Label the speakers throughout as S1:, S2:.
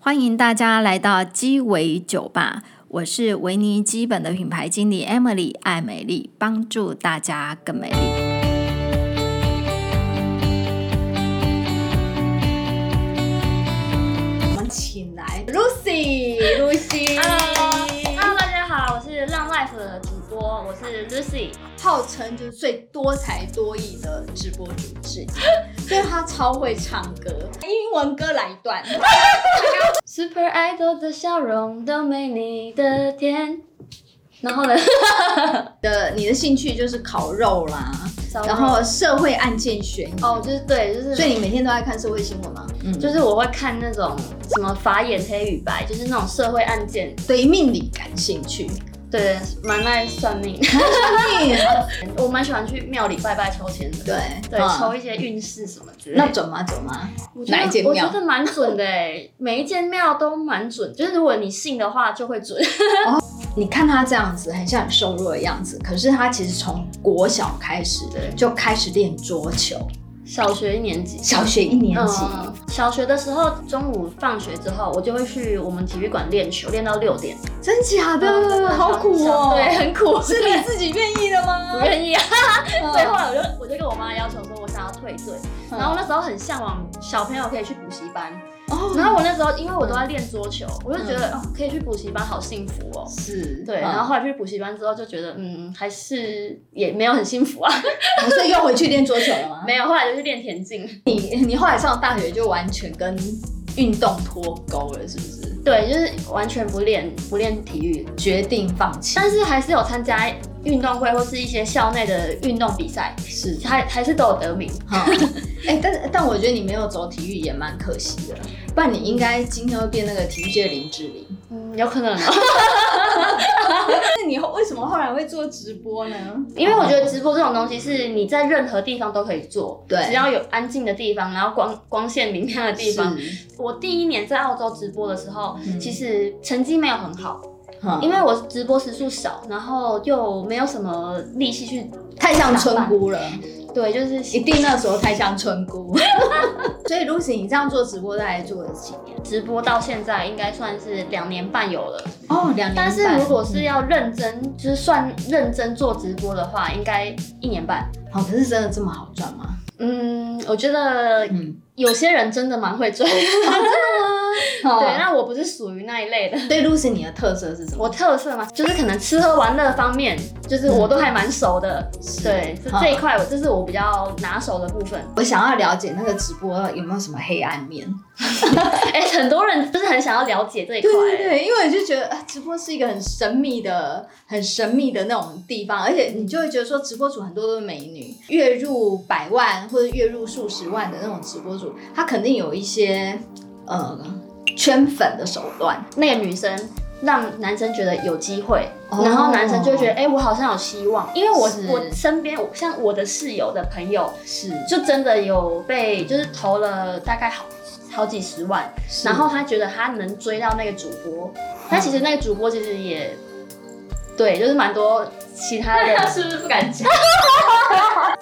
S1: 欢迎大家来到鸡尾酒吧，我是维尼基本的品牌经理 Emily 艾美丽，帮助大家更美丽。
S2: 我们请来 Lucy，露西
S3: Hello，Hello，大家好，我是浪 life 的主播，我是 Lucy。
S2: 号称就是最多才多艺的直播主之一，所以她超会唱歌，英文歌来一 段。
S3: Super Idol 的笑容都没你的甜。然 后呢？
S2: 的你的兴趣就是烤肉啦，然
S3: 然后
S2: 后社会案件悬疑，
S3: 哦，就是对，就是
S2: 所以你每天都在看社会新闻吗？嗯，
S3: 就是我会看那种什么法眼黑与白，就是那种社会案件，
S2: 对命理感兴趣，
S3: 对，蛮爱算命。 我蛮喜欢去庙里拜拜抽签 的，
S2: 对
S3: 对，
S2: 嗯
S3: 抽一些运势什么之类的。
S2: 那准吗？准吗？
S3: 我觉得
S2: 哪一间
S3: 我
S2: 庙
S3: 觉？得蛮准的哎，每一间庙都蛮准，就是如果你信的话就会 准。
S2: 你看他这样子，很像很瘦弱的样子，可是他其实从国小开始
S3: 对
S2: 就开始练桌球，
S3: 小学一年级，
S2: 小学一年级。
S3: 嗯，小学的时候，中午放学之后，我就会去我们体育馆练球，练到六点。
S2: 真假的，好苦哦、
S3: 对，，很 苦。
S2: 是你自己愿意的
S3: 不
S2: 吗？
S3: 愿意啊，
S2: 嗯
S3: 所以后来我就我就跟我妈要求说，我想要退队。
S2: 嗯
S3: 然后那时候很向往小朋友可以去补习班，
S2: 哦
S3: 然后我那时候因为我都在练桌球，我就觉得哦可以去补习班好幸福哦。
S2: 是
S3: 对，
S2: 嗯
S3: 然后后来去补习班之后就觉得嗯还是也没有很幸福啊，
S2: 哦所以又回去练桌球了 吗？
S3: 没有，后来就去练田径。
S2: 你你后来上大学就完全跟运动脱钩了，是不是？
S3: 对，就是完全不练不练体育，
S2: 决定放弃，
S3: 但是还是有参加运动会或是一些校内的运动比赛，
S2: 是
S3: 还还是都有得名。
S2: 哈，哎、但是但我觉得你没有走体育也蛮可惜的，不然你应该今天会变那个体育界的林志玲。
S3: 嗯，有可能、
S2: 那你后为什么后来会做直播呢？
S3: 因为我觉得直播这种东西是你在任何地方都可以做，
S2: 对
S3: 只要有安静的地方，然后光光线明亮的地方。
S2: 是，
S3: 我第一年在澳洲直播的时候，
S2: 嗯
S3: 其实成绩没有很好，
S2: 嗯
S3: 因为我直播时数少，然后又没有什么力气去，
S2: 太像村姑了，
S3: 对，就是
S2: 一定那时候太像村姑。 所以 Lucy，你这样做直播大概做了几年？
S3: 直播到现在应该算是两年半嗯有了。
S2: 哦，两年半。
S3: 但是如果是要认真，就是算认真做直播的话，应该一年半。
S2: 好，可是真的这么好赚吗？
S3: 嗯，我觉得
S2: 嗯，
S3: 有些人真的蛮会追。哦对，
S2: 对。
S3: 那我不是属于那一类的。
S2: 嗯对 Lucy，你的特色是什么？
S3: 我特色嘛，就是可能吃喝玩乐方面，就是我都还蛮熟的。对，这
S2: 嗯
S3: 这一块我这是我比较拿手的部分。
S2: 我想要了解那个直播有没有什么黑暗面。
S3: 哎，很多人就是很想要了解这一块。
S2: 对对对，因为我就觉得啊直播是一个很神秘的、很神秘的那种地方，而且你就会觉得说，直播主很多都是美女，月入百万或者月入数十万的那种直播主，他肯定有一些呃圈粉的手段。
S3: 那个女生让男生觉得有机会，
S2: 哦
S3: 然后男生就会觉得，哎、我好像有希望，因为我
S2: 是
S3: 我身边我像我的室友的朋友，
S2: 是，
S3: 就真的有被就是投了大概好好几十万，
S2: 是
S3: 然后他觉得他能追到那个主播，但其实那个主播其实也。对，就是蛮多其他的， 是不是不敢讲？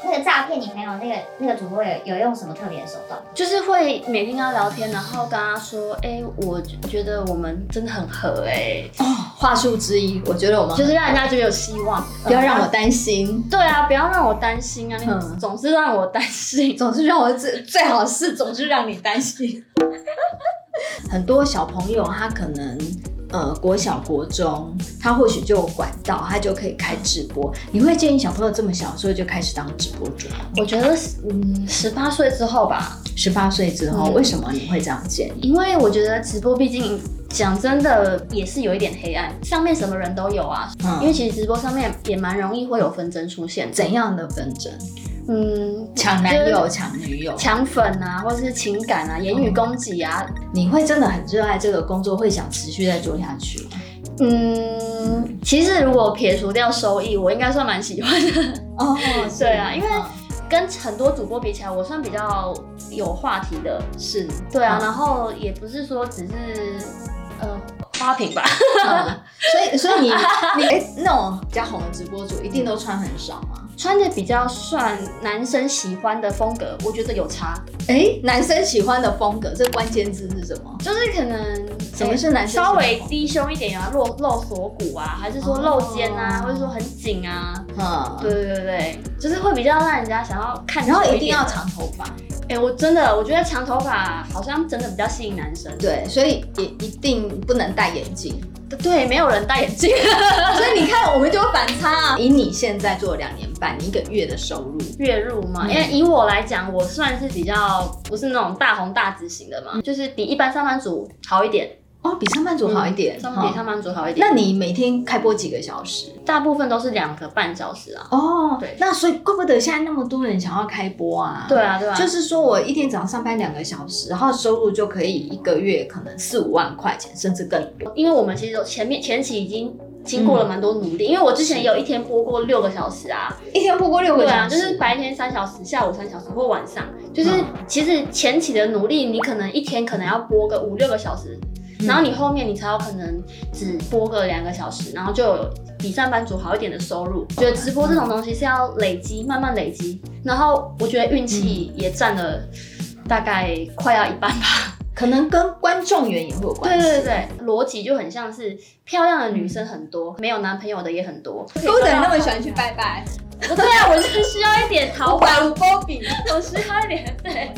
S4: 那个诈骗你朋友哦那个那个主播有有用什么特别的手段？
S3: 就是会每天跟他聊天，然后跟他说：“哎、我觉得我们真的很合、
S2: 哦
S3: 哎、
S2: 话术之一，我觉得我们
S3: 就是让人家觉得有希望，
S2: 不要让
S3: 我。
S2: 我担心。
S3: 对啊，不要让我担心啊！
S2: 嗯
S3: 你总是让我担心。
S2: 总是让我最最好的事，总是让你担心。很多小朋友他可能呃国小国中，他或许就有管道，他就可以开直播。你会建议小朋友这么小的时候就开始当直播主吗？
S3: 我觉得，嗯，十八岁之后吧，
S2: 十八岁之后，
S3: 嗯
S2: 为什么你会这样建议？
S3: 因为我觉得直播毕竟讲真的也是有一点黑暗，上面什么人都有啊。因为
S2: 嗯，
S3: 其实直播上面也蛮容易会有纷争出现的，
S2: 怎样的纷争？
S3: 嗯，
S2: 抢男友、抢女友？
S3: 抢粉啊，或是情感啊、言语攻击啊，
S2: 你会真的很热爱这个工作，会想持续再做下去吗？
S3: 嗯，其实如果撇除掉收益，我应该算蛮喜欢的。
S2: 哦，
S3: 对啊因为跟很多主播比起来，我算比较有话题的，
S2: 是
S3: 对啊，
S2: 嗯
S3: 然后也不是说只是呃花瓶吧，
S2: 嗯所以，所以你你哎，那种比较红的直播主一定都穿很少吗？
S3: 穿的比较算男生喜欢的风格，我觉得有差，
S2: 哎，男生喜欢的风格，这关键字是什么？
S3: 就是可能
S2: 什么是男生喜欢
S3: 稍微低胸一点啊，露露锁骨啊，还是说露肩啊，
S2: 哦
S3: 或者说很紧啊，
S2: 嗯，
S3: 对对对对，就是会比较让人家想要看
S2: 然
S3: 久
S2: 后
S3: 点。
S2: 一定要长头发，
S3: 哎、我真的我觉得长头发好像真的比较吸引男生。
S2: 对，所以也一定不能戴眼镜。
S3: 对，没有人戴眼镜。
S2: 所以你看，我们就有反差啊。以你现在做两年半，你一个月的收入，
S3: 月入嘛，因为以我来讲，我算是比较不是那种大红大紫型的嘛，就是比一般上班族好一点，
S2: 哦，比嗯上班族好一点，
S3: 上
S2: 哈
S3: 比上班族好一点。
S2: 那你每天开播几个小时？
S3: 大部分都是两个半小时啊。
S2: 哦
S3: 对
S2: 那所以怪不得现在那么多人想要开播啊。
S3: 对。啊，对啊，
S2: 就是说我一天早上上班两个小时，然后收入就可以一个月可能四五万块钱，甚至更多。
S3: 因为我们其实有前面前期已经经过了蛮多努力，因为我之前有一天播过六个小时啊，
S2: 一天播过六个
S3: 对
S2: 小时，
S3: 啊，就是白天三小时，下午三小时或晚上，就是其实前期的努力，你可能一天可能要播个五六个小时，然后你后面你才有可能只播个两个小时，然后就有比上班族好一点的收入。觉得直播这种东西是要累积，慢慢累积，然后我觉得运气也占了大概快要一半吧。
S2: 可能跟观众缘也会有关
S3: 对
S2: 系。
S3: 对对， 逻辑就很像是漂亮的女生很多，没有男朋友的也很多。
S2: 怪不得你那么喜欢去拜拜，
S3: 不 对啊，我是需要一点桃花，
S2: 无波比。
S3: 我需要一点对。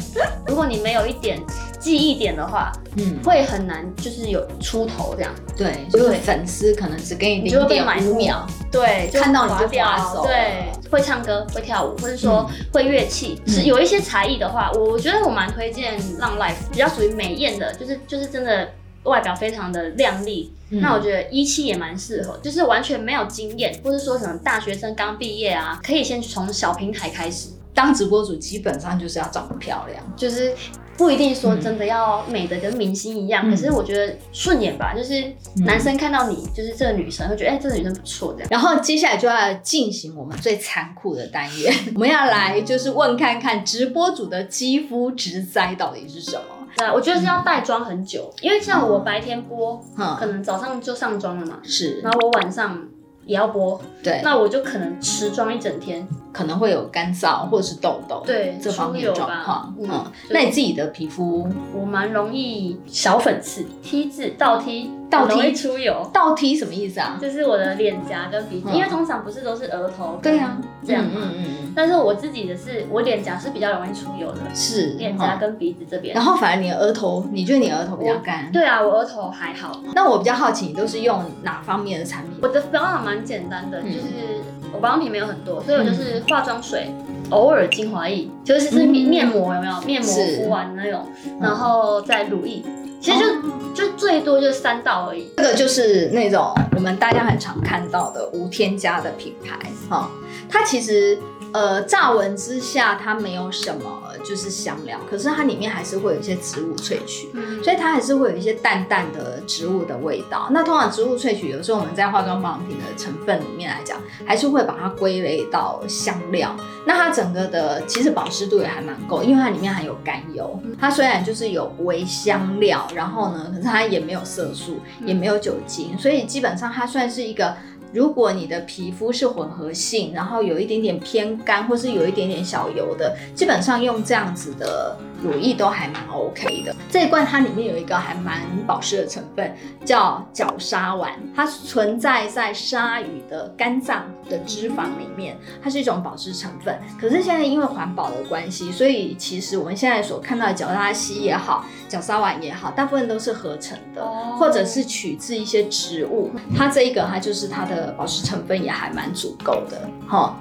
S3: 如果你没有一点记忆点的话，
S2: 嗯，
S3: 会很难就是有出头这样。
S2: 对，就是粉丝可能只给你
S3: 你就
S2: 零
S3: 会被
S2: 点
S3: 买
S2: 五秒，
S3: 对，
S2: 看到你就划
S3: 划
S2: 走
S3: 掉。
S2: 了
S3: 对，会唱歌，会跳舞，或者说会乐器，
S2: 嗯
S3: 是有一些才艺的话，我我觉得我蛮推荐浪 life，比较属于美艳的，就是就是真的外表非常的靓丽，
S2: 嗯
S3: 那我觉得一期也蛮适合，就是完全没有经验，或者说可能大学生刚毕业啊，可以先从小平台开始，
S2: 当直播主基本上就是要长得漂亮。
S3: 就是不一定说真的要美的跟明星一样，
S2: 嗯
S3: 可是我觉得顺眼吧，就是男生看到你，就是这个女生会觉得，哎、这个女生不错这样。
S2: 然后接下来就要进行我们最残酷的单元， 我们要来就是问看看直播主的肌肤之灾到底是什么。
S3: 对啊，我觉得是要带妆很久，因为像我白天播，可
S2: 嗯，
S3: 能早上就上妆了嘛，
S2: 是
S3: 然，后我晚上也要播，
S2: 对，
S3: 那我就可能持妆一整天。
S2: 可能会有干燥或者是痘痘，
S3: 对
S2: 这方面的状况。
S3: 出油
S2: 嗯
S3: 吧嗯，
S2: 那你自己的皮肤
S3: 我蛮容易小粉刺、T 字、倒 T，
S2: 倒 T
S3: 容易出油。
S2: 倒贴什么意思啊？
S3: 就是我的脸颊跟鼻子，
S2: 嗯
S3: 因为通常不是都是额头
S2: 对啊，
S3: 这样
S2: 嗯
S3: 嘛。
S2: 嗯嗯
S3: 但是我自己的是，我脸颊是比较容易出油的，
S2: 嗯，是
S3: 脸颊
S2: 嗯
S3: 跟鼻子这边。
S2: 然后反而你的额头，你觉得你的额头比较干？
S3: 对啊，我额头还好，
S2: 那我比较好奇，你都是用哪方面的产品
S3: 我？的保养蛮简单的，
S2: 嗯
S3: 就是我保养品没有很多，所以我就是化妆水，偶尔精华液，就是是面
S2: 嗯
S3: 面膜有没有？面膜
S2: 是嗯
S3: 敷完那种，然后再乳液，其实就。
S2: 哦
S3: 就最多就三道而已，
S2: 这个就是那种我们大家很常看到的无添加的品牌哈、它其实呃乍闻之下它没有什么就是香料，可是它里面还是会有一些植物萃取。
S3: 嗯，
S2: 所以它还是会有一些淡淡的植物的味道。那通常植物萃取，有时候我们在化妆保养品的成分里面来讲，还是会把它归类到香料。那它整个的其实保湿度也还蛮够，因为它里面含有甘油。它虽然就是有微香料，然后呢，可是它也没有色素，也没有酒精，所以基本上它算是一个。如果你的皮肤是混合性，然后有一点点偏干，或是有一点点小油的，基本上用这样子的乳液都还蛮 OK 的。这一罐它里面有一个还蛮保湿的成分，叫角鲨烷，它存在在鲨鱼的肝脏的脂肪里面，它是一种保湿成分。可是现在因为环保的关系，所以其实我们现在所看到的角鲨烯也好，角鲨烷也好，大部分都是合成的。
S3: 哦
S2: 或者是取自一些植物，它这一个它就是它的保湿成分也还蛮足够的，哈，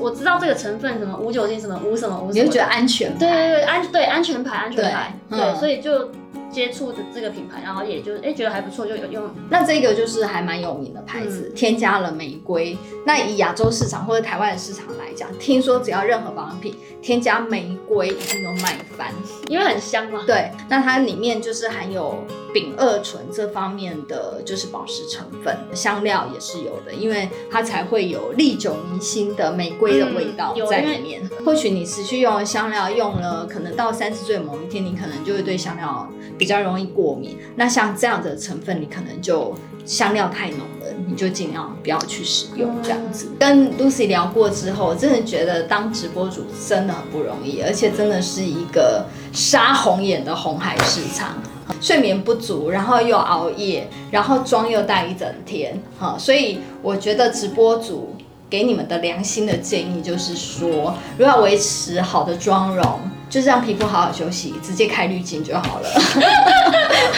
S3: 我知道这个成分什么无酒精什么无什么无什么的，
S2: 你就觉得安全
S3: 对对
S2: 牌，
S3: 对，安对安全牌，安全牌，
S2: 对
S3: 对，
S2: 嗯
S3: 所以就接触的这个品牌，然后也就是哎、觉得还不错，就有用。
S2: 那这个就是还蛮有名的牌
S3: 嗯
S2: 子，添加了玫瑰。那以亚洲市场或者台湾的市场来讲，听说只要任何保养品添加玫瑰，一定都卖翻。
S3: 因为很香嘛。
S2: 对，那它里面就是含有丙二醇这方面的就是保湿成分，香料也是有的，因为它才会有历久弥新的玫瑰的味道
S3: 嗯有
S2: 在
S3: 因
S2: 里
S3: 为
S2: 面。或许你持续用了香料，用了可能到三十岁某一天，你可能就会对香料比较容易过敏。那像这样的成分，你可能就香料太浓了，你就尽量不要去使用这样子。跟 Lucy 聊过之后，真的觉得当直播主真的很不容易，而且真的是一个杀红眼的红海市场。睡眠不足，然后又熬夜，然后妆又带一整天，哈、所以我觉得直播组给你们的良心的建议就是说，如果要维持好的妆容，就是让皮肤好好休息，直接开滤镜就好了。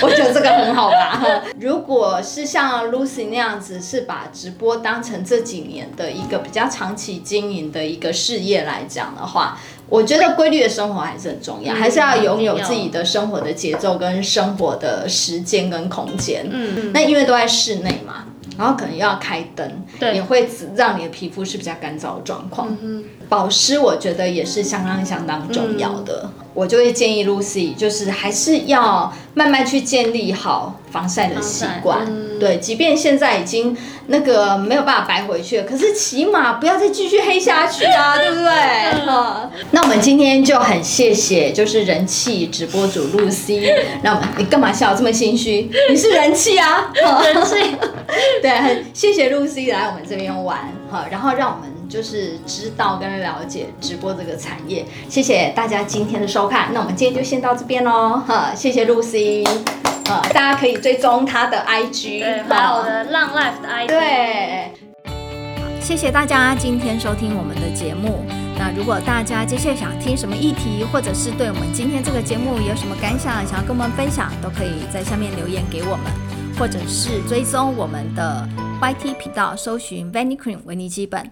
S2: 我觉得这个很好吧。哈如果是像 Lucy 那样子，是把直播当成这几年的一个比较长期经营的一个事业来讲的话，我觉得规律的生活还是很重要，
S3: 嗯
S2: 还是要拥有自己的生活的节奏跟生活的时间跟空间。
S3: 嗯，
S2: 那因为都在室内嘛，然后可能又要开灯，
S3: 对
S2: 也会只让你的皮肤是比较干燥的状况。
S3: 嗯
S2: 保湿我觉得也是相当相当重要
S3: 嗯
S2: 的，我就会建议 Lucy 就是还是要慢慢去建立好防晒的习惯
S3: 防。晒嗯
S2: 对，即便现在已经那个没有办法白回去了，可是起码不要再继续黑下去啊， 对不对？
S3: 嗯
S2: 哈那我们今天就很谢谢就是人气直播主 Lucy，那我们你干嘛笑这么心虚？你是人气啊，哈
S3: 人气，
S2: 对，很谢谢 Lucy 来我们这边玩，好，然后让我们就是知道跟了解直播这个产业。谢谢大家今天的收看，那我们今天就先到这边喽，哈，谢谢 Lucy，呃，大家可以追踪她的 IG，
S3: 对，
S2: 哈
S3: 还有我的浪 life 的 ID，
S2: 对。
S1: 谢谢大家今天收听我们的节目。那如果大家接下来想听什么议题，或者是对我们今天这个节目有什么感想，想要跟我们分享，都可以在下面留言给我们，或者是追踪我们的 YT 频道，搜寻 Vanny Cream 维尼基本，